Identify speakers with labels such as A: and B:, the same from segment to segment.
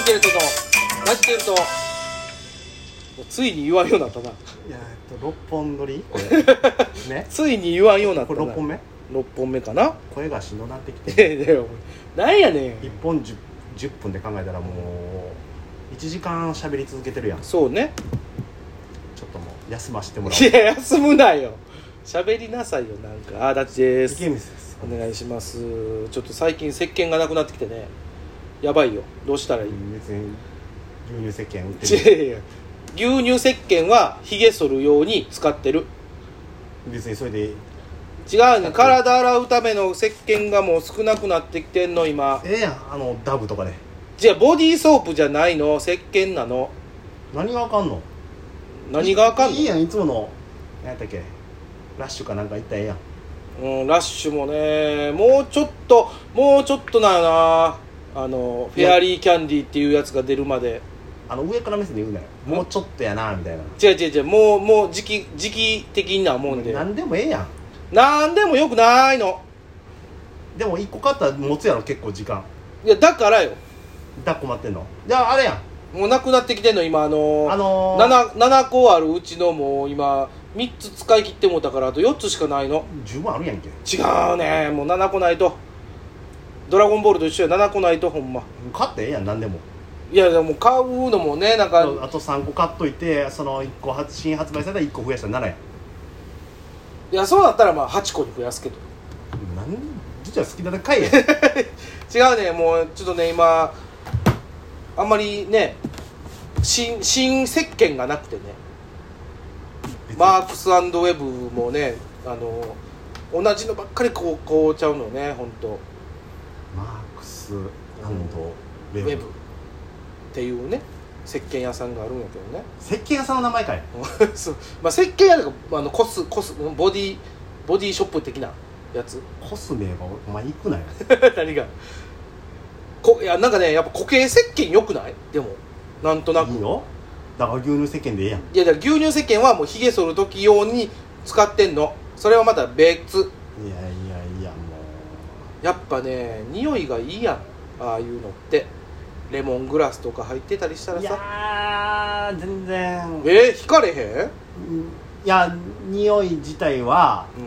A: ンケルトとラジケルトもうついに言わんようになったない
B: やえっと6本撮りこれ ね
A: ついに言わんようになっ
B: こ
A: た
B: れ
A: な
B: 6本目
A: 六本目かな
B: 声がしんどなってきて
A: ええだよなんやねん
B: 1本 10, 10分で考えたらもう1時間喋り続けてるやんち
A: そうね
B: ょっともう休ましてもら
A: い
B: おう
A: や休むなよ喋りなさいよなんかあーだちで
B: 池
A: す
B: 水です
A: お願いしますちょっと最近石鹸がなくなってきてねやばいよどうしたらいい
B: 別に牛乳石鹸売ってる
A: 違うよ牛乳石鹸はひげ剃るように使ってる
B: 別にそれで
A: 違うね体洗うための石鹸がもう少なくなってきてんの今
B: ええやんあのダブとかで
A: じゃあボディーソープじゃないの石鹸なの
B: 何があかんの
A: 何があかんの
B: いいやんいつもの何やったっけラッシュかなんか行ったらええやん
A: うん、ラッシュもねもうちょっともうちょっとなよなあのフェアリーキャンディーっていうやつが出るまで
B: あの上から目線で言うなよ
A: ん
B: もうちょっとやなみたいな
A: 違う違う違うもうもう時期時期的なもんで
B: 何でもええやん
A: なんでもよくないの
B: でも1個買ったら持つやろ結構時間
A: いやだからよ
B: 抱っこ待ってんのじゃああれやん
A: もうなくなってきてんの今あの
B: あのー、
A: 7, 7個あるうちのもう今3つ使い切ってもうたからあと4つしかないの
B: 十分あるやんけ
A: 違うねもう7個ないとドラゴンボールと一緒や7個ないとほんま
B: 買ってええやん何でも
A: いやでも買うのもねなん
B: あ
A: か
B: と3個買っといてその1個発新発売されたら1個増やしたら7や
A: いやそうなったらまあ8個に増やすけど
B: んなん実は好きなだけ買 えや
A: 違うねもうちょっとね今あんまりね新新石鹸がなくてねマークスウェブもねあの同じのばっかりこうこうちゃうのね本当
B: マークスランドウ
A: ウ
B: ェ
A: ェブっ
B: ブ
A: ていうね石鹸屋さんがあるんやけどね
B: 石鹸屋さんの名前かい
A: そうまあ石鹸屋とかあのコスコスボディボディショップ的なやつ
B: コスメがお前行くなよ
A: 何がこいやなんかねやっぱ固形石鹸よくないでもなんとなく
B: いいよだから牛乳石鹸でええやん
A: いやだから牛乳石鹸はもうひげ剃る時用に使ってんのそれはまた別
B: いやいやいやも
A: やっぱね匂いがいいやんああいうのってレモングラスとか入ってたりした
B: う
A: ら
B: い
A: さ
B: やー全然
A: えー、惹かれへん、
B: うんいや匂い自体は
A: う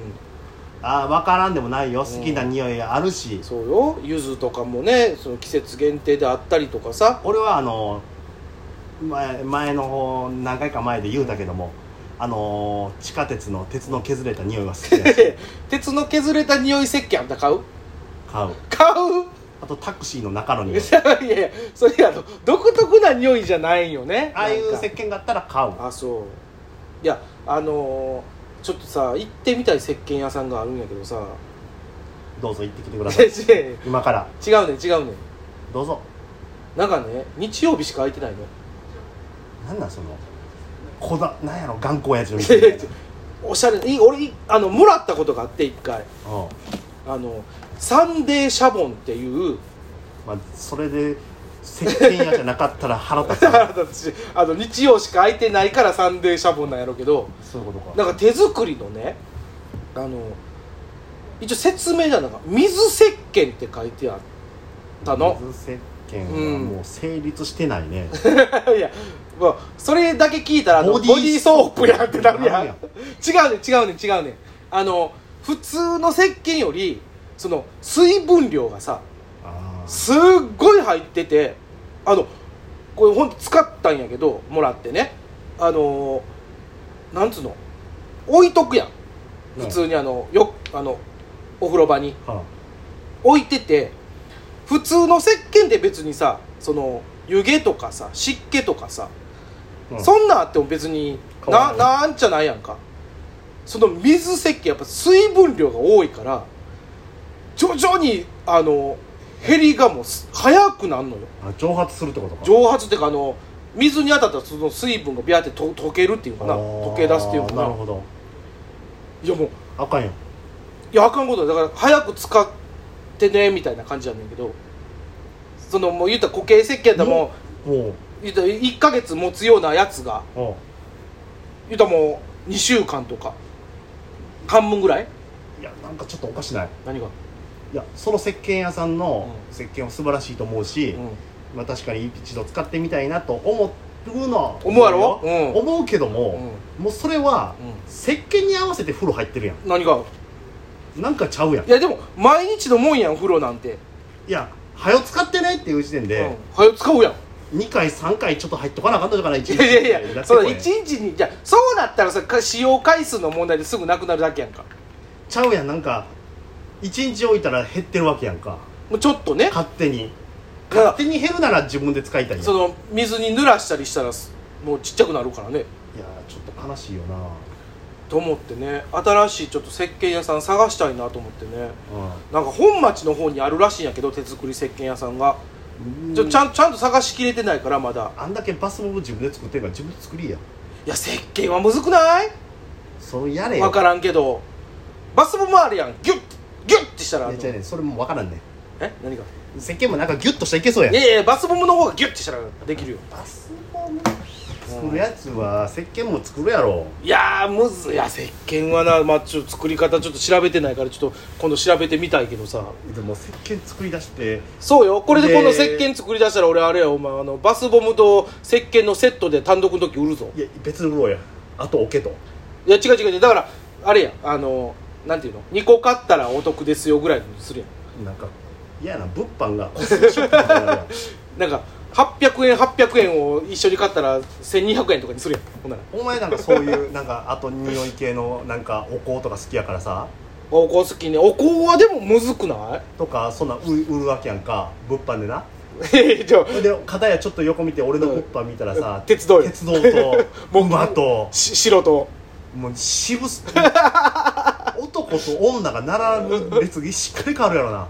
B: あ分からんでもないよ好きな匂いあるし、
A: ん、そうよ柚子とかもねその季節限定であったりとかさ
B: 俺はあの前前の方何回か前で言うたけども、あの地下鉄の鉄の削れた匂いが好きだし
A: 鉄の削れた匂い石鹸あんた買う
B: 買う
A: 買う
B: あとタクシーの中の
A: い
B: 匂い
A: や いやそれあの独特な匂いじゃないよね
B: ああいう
A: なん
B: 石
A: か
B: 鹸があったら買う
A: あそういやあのーちょっとさ行ってみたい石鹸屋さんがあるんやけどさ
B: どうぞ行ってきてく ださい
A: 違う
B: 今から
A: ね違うね
B: どうぞ
A: なんかね日曜日しか空いてないの
B: なんなんそのこだなんやろ頑固やじの
A: いやいや違う
B: 店
A: おしゃれい俺いあのもらったことがあって一回
B: うん
A: あのサンデーシャボンっていう
B: まあそれで石鹸屋じゃなかったら腹立つ
A: 腹立つしあの日曜しか空いてないからサンデーシャボンなんやろうけど
B: そういうことか
A: なんか手作りのねあの一応説明じゃなんか水石鹸って書いてあったの
B: 水石鹸はもう成立してないね、
A: いやもうそれだけ聞いたらあのボ
B: ボ
A: デ
B: デ
A: ィ
B: ィ
A: ーソープやんってなるや
B: なんん
A: 違
B: や
A: うね違うね違うねあの普通の石鹸よりその水分量がさ
B: ああ
A: すっごい入っててあのこれほんと使ったんやけどもらってねあのなんつうの置いとくやん普通にあのよあのお風呂場に
B: は
A: 置いてて普通の石鹸って別にさその湯気とかさ湿気とかさ
B: あ、
A: そんなんあっても別に
B: 変わ
A: な
B: ら
A: なんじゃないやんかその水石鹸やっぱ水分量が多いから徐々にあの減りがもうす早くなんのよ
B: あ蒸発するってことか
A: 蒸発っていうかあの水に当たったらその水分がビャーってと溶けるっていうかな
B: あー
A: 溶け出すっていうかな
B: なるほど
A: いやもう
B: あかんよ
A: いやあかんことだだから早く使ってねみたいな感じなんだけどそのもう言ったら固形石鹸やったらも
B: も
A: う言ったら1ヶ月持つようなやつが
B: うも
A: 言ったらもう2週間とか半分ぐらいう
B: いやなんかちょっとおかしない
A: 何が、
B: いやその石鹸屋さんの
A: うん
B: 石鹸は素晴らしいと思うし、
A: うん
B: まあ、確かに一度使ってみたいなと思うのは
A: 思うやろ
B: 思よ
A: う
B: 思うけども、もうそれは、
A: う
B: 石鹸に合わせて風呂入ってるやん
A: 何が
B: なんかちゃうやん
A: いやでも毎日のもんやん風呂なんて、
B: いやはよ使ってねっていう時点
A: うん
B: で、、
A: はよ使うやん
B: 2回3回ちょっと入っとかなあかんのじゃない1
A: いやいやいやその
B: 一
A: 一日にいやそうだったらさか使用回数の問題ですぐなくなるだけやんか
B: ちゃうやんなんか1日置いたら減ってるわけやんか
A: もうちょっとね
B: 勝手に
A: だから
B: 勝手に減るなら自分で使いたいやん
A: その水に濡らしたりしたらすもうちっちゃくなるからね
B: いやちょっと悲しいよな、
A: と思ってね新しいちょっと石鹸屋さん探したいなと思ってね
B: う
A: なんか本町の方にあるらしいんやけど手作り石鹸屋さんが、
B: ん、
A: ちょちゃんちゃんと探しきれてないからまだ
B: あんだけバスも自分で作ってるから自分で作りや
A: いや石鹸はむずくない
B: それやれよ
A: 分からんけどバスボもあるやんギュッギュッてしたらあ
B: い
A: の
B: や違うねそれも分からんね
A: え何が
B: 石鹸もなんかギュッとしたらいけそうやん
A: いやいやバスボムの方がギュッてしたらできるよ
B: バスボム作るやつは石鹸も作るやろ
A: いやーむずいや石鹸はな、まあ、ちょっと作り方ちょっと調べてないからちょっと今度調べてみたいけどさ
B: でも石鹸作り出して
A: そうよこれで
B: で
A: 今度石鹸作り出したら俺あれやお前あのバスボムと石鹸のセットで単独の時売るぞ
B: いや別の風呂やあと置けと
A: いや違う違う違うだからあれやあのなんていうの2個買ったらお得ですよぐらいにするや
B: なんか嫌やな物販がコスメショップみたいになるやん
A: んなんか800円800円を一緒に買ったら1200円とかにするやんほんなら
B: お前なんかそういうなんかあと匂い系のなんかお香とか好きやからさ
A: お香好きねお香はでもむずく な
B: とかそんなん売売るわけやんか物販でない
A: じゃあ
B: それで片やちょっと横見て俺の物販見たらさ、
A: 鉄道よ
B: 鉄道 と
A: 僕
B: 馬と
A: し白と
B: もう渋す 男と女が並ぶ列にしっかり変わるやろな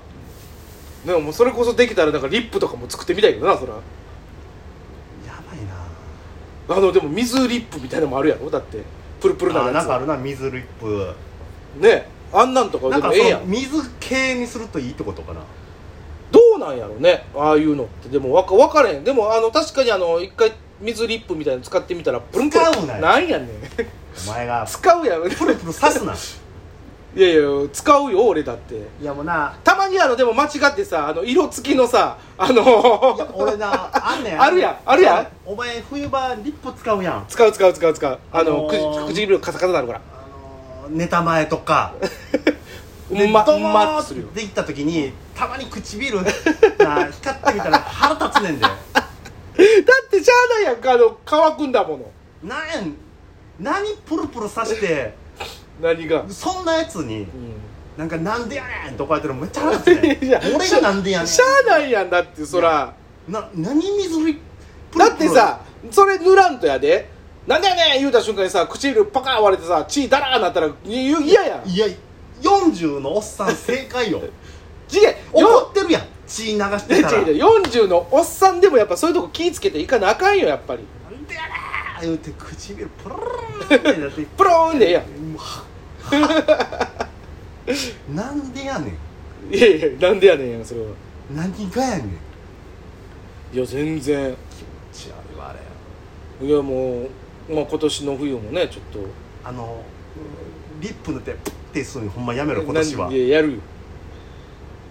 A: でももうそれこそできたらなんかリップとかも作ってみたいけどなそら
B: やばいな
A: あのでも水リップみたいなのもあるやろだってプルプルな
B: あ
A: や
B: ー
A: つ
B: なんかあるな水リップ
A: ねあんなんとか
B: な
A: で
B: んか
A: もええや
B: その
A: ん
B: 水系にするといいってことかな
A: どうなんやろねああいうのってでもわか分からへんでもあの確かにあの一回水リップみたいなの使ってみたらプルンプルン
B: 使うなよ
A: なんやねん
B: お前が
A: 使うやろい
B: プルプル刺すな
A: やいや使うよ俺だって
B: いやもうな
A: たまにあのでも間違ってさあの色付きのさあの
B: いや俺なあんねん
A: あるやんあるやん
B: お前冬場リップ使うやん
A: 使う使う使う使うあの、
B: あのー
A: くじ唇カサカサなるから
B: あのー寝た前とか
A: うんま
B: ド
A: う
B: ボ
A: んま
B: ー
A: ってするよ
B: って行った時 にたまに唇な光ってみたら腹立つね んだよ
A: だってしゃあないやんかあの乾くんだもの
B: なんやん何プルプルさして
A: 何が、
B: そんなやつに
A: う
B: なんかなんでやねんとか言ってるのめっちゃ腹立つね
A: いや
B: ん俺がなんでやね
A: ん、しゃあないやんだってそら
B: んな何水リプル
A: だ
B: プル
A: ってさそれ塗らんとやでなんだよねん言うた瞬間にさ唇パカー割れてさ血ダラーなったらいい嫌やん
B: いや40のおっさん正 解よ
A: 違う
B: 怒ってるやん血流してたら
A: 違う違う40のおっさんでもやっぱそういうとこ気ぃつけていかなあかんよやっぱり
B: なんでやねん言うて唇プルルルルって なって
A: プローンでええや
B: もうははなんでやね
A: んいやいやなんでやねんやそれは
B: ん何がやねん
A: いや全然
B: 血あれはあれ
A: いやもう、まあ、今年の冬もねちょっと
B: あのリップ塗ってプッてするのほんまやめろ今年は
A: なんいややるよ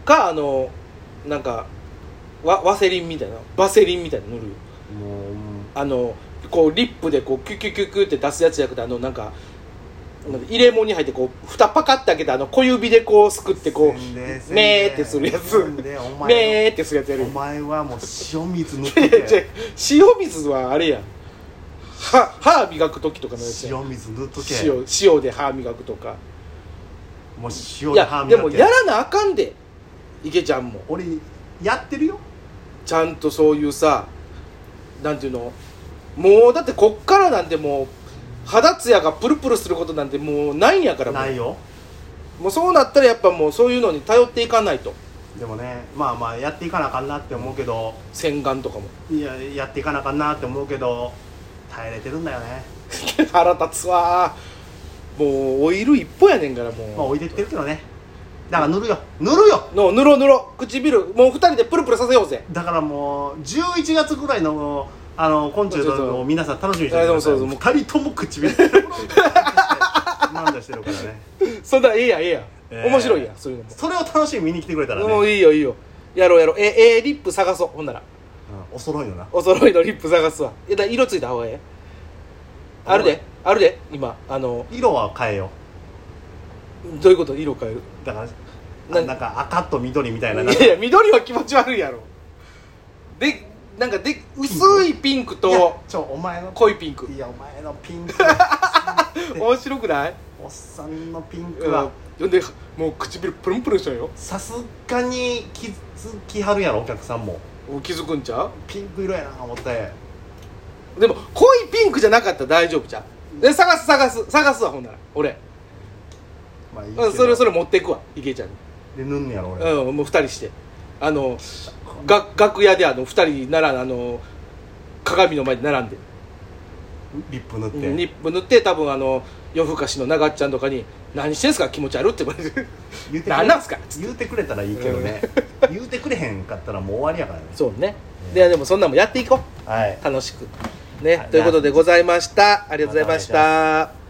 A: かあのなんかワワセリンみたいなバセリンみたいなの塗るよ
B: もう
A: あのこうリップでこうキュキュキュキュって出すやつじゃなくてあのなんかなんか入れ物に入ってこう蓋パカって開けてあの小指でこうすくってこ
B: せん
A: う
B: でせんで
A: めーってするやつ
B: せんでお前
A: めーってするやつやる
B: お前はもう塩水塗っ
A: い
B: て
A: や違う
B: け
A: 塩水はあれやん歯歯磨く時とかのやつやん
B: 塩水塗っとけ
A: 塩塩で歯磨くとか
B: もう塩
A: い
B: で歯
A: やで
B: 磨
A: も
B: け
A: やらなあかんで池ちゃんも
B: 俺やってるよ
A: ちゃんとそういうさなんていうのもうだってこっからなんてもう肌ツヤがプルプルすることなんてもうないんやからもう
B: ないよ
A: もうそうなったらやっぱもうそういうのに頼っていかないと
B: でもねまあまあやっていかなあかんなって思うけど
A: 洗顔とかも
B: いややっていかなあかんなって思うけど耐えれてるんだよね
A: 腹立つわもうオイル一本やねんからもう、
B: まあ置いてってるけどねだから塗るよ塗るよ
A: のぬろぬろ唇もう二人でプルプルさせようぜ
B: だからもう11月ぐらいのあの昆虫
A: そうそうそ
B: と
A: う
B: 皆さん楽しみにしててくださ
A: そう
B: い
A: そうそう
B: 2人とも唇なんだして るからね
A: そんなんええやんええやん、
B: ええ
A: 面白いやんそういうのも
B: それを楽しみに見に来てくれたらね、
A: もういいよいいよやろうやろうえええリップ探そうほんなら
B: うんお揃いのな
A: お揃いのリップ探すわいやだ色ついた方がええあるであるで今あの
B: 色は変えよ
A: どういうこと色変える
B: うだからあな
A: なん
B: か赤と緑みたいななん
A: い
B: か
A: やいや緑は気持ち悪いやろでなんかで薄いピンク
B: いや
A: と
B: ちょお前の
A: 濃いピンク
B: いやお前のピンク
A: 面白くない
B: おっさんのピンク
A: う
B: は
A: んほんでもう唇プルンプルンしちゃうよ
B: さすがに気づきはるやろお客さんも
A: お気づくんちゃ
B: ピンク色やなと思って
A: うでも濃いピンクじゃなかったら大丈夫じゃうで探す探す探すわほんなら俺
B: まあいいけど
A: うんそれそれ持ってくわ池ちゃんに
B: で塗んねやろ俺、
A: うんもう二人してあのが楽屋であの二人ならあの鏡の前に並んで
B: リップ塗って、
A: うんニップ塗って多分あの夜更かしの長っちゃんとかに「何してんすか気持ち悪い」って言われて
B: 言うてくれ
A: 何なんすか
B: 言うてくれたらいいけどね、言うてくれへんかったらもう終わりやからね
A: そうねででもそんなんもやっていこう
B: はい
A: 楽しくね
B: はい
A: ということでございましたありがとうございました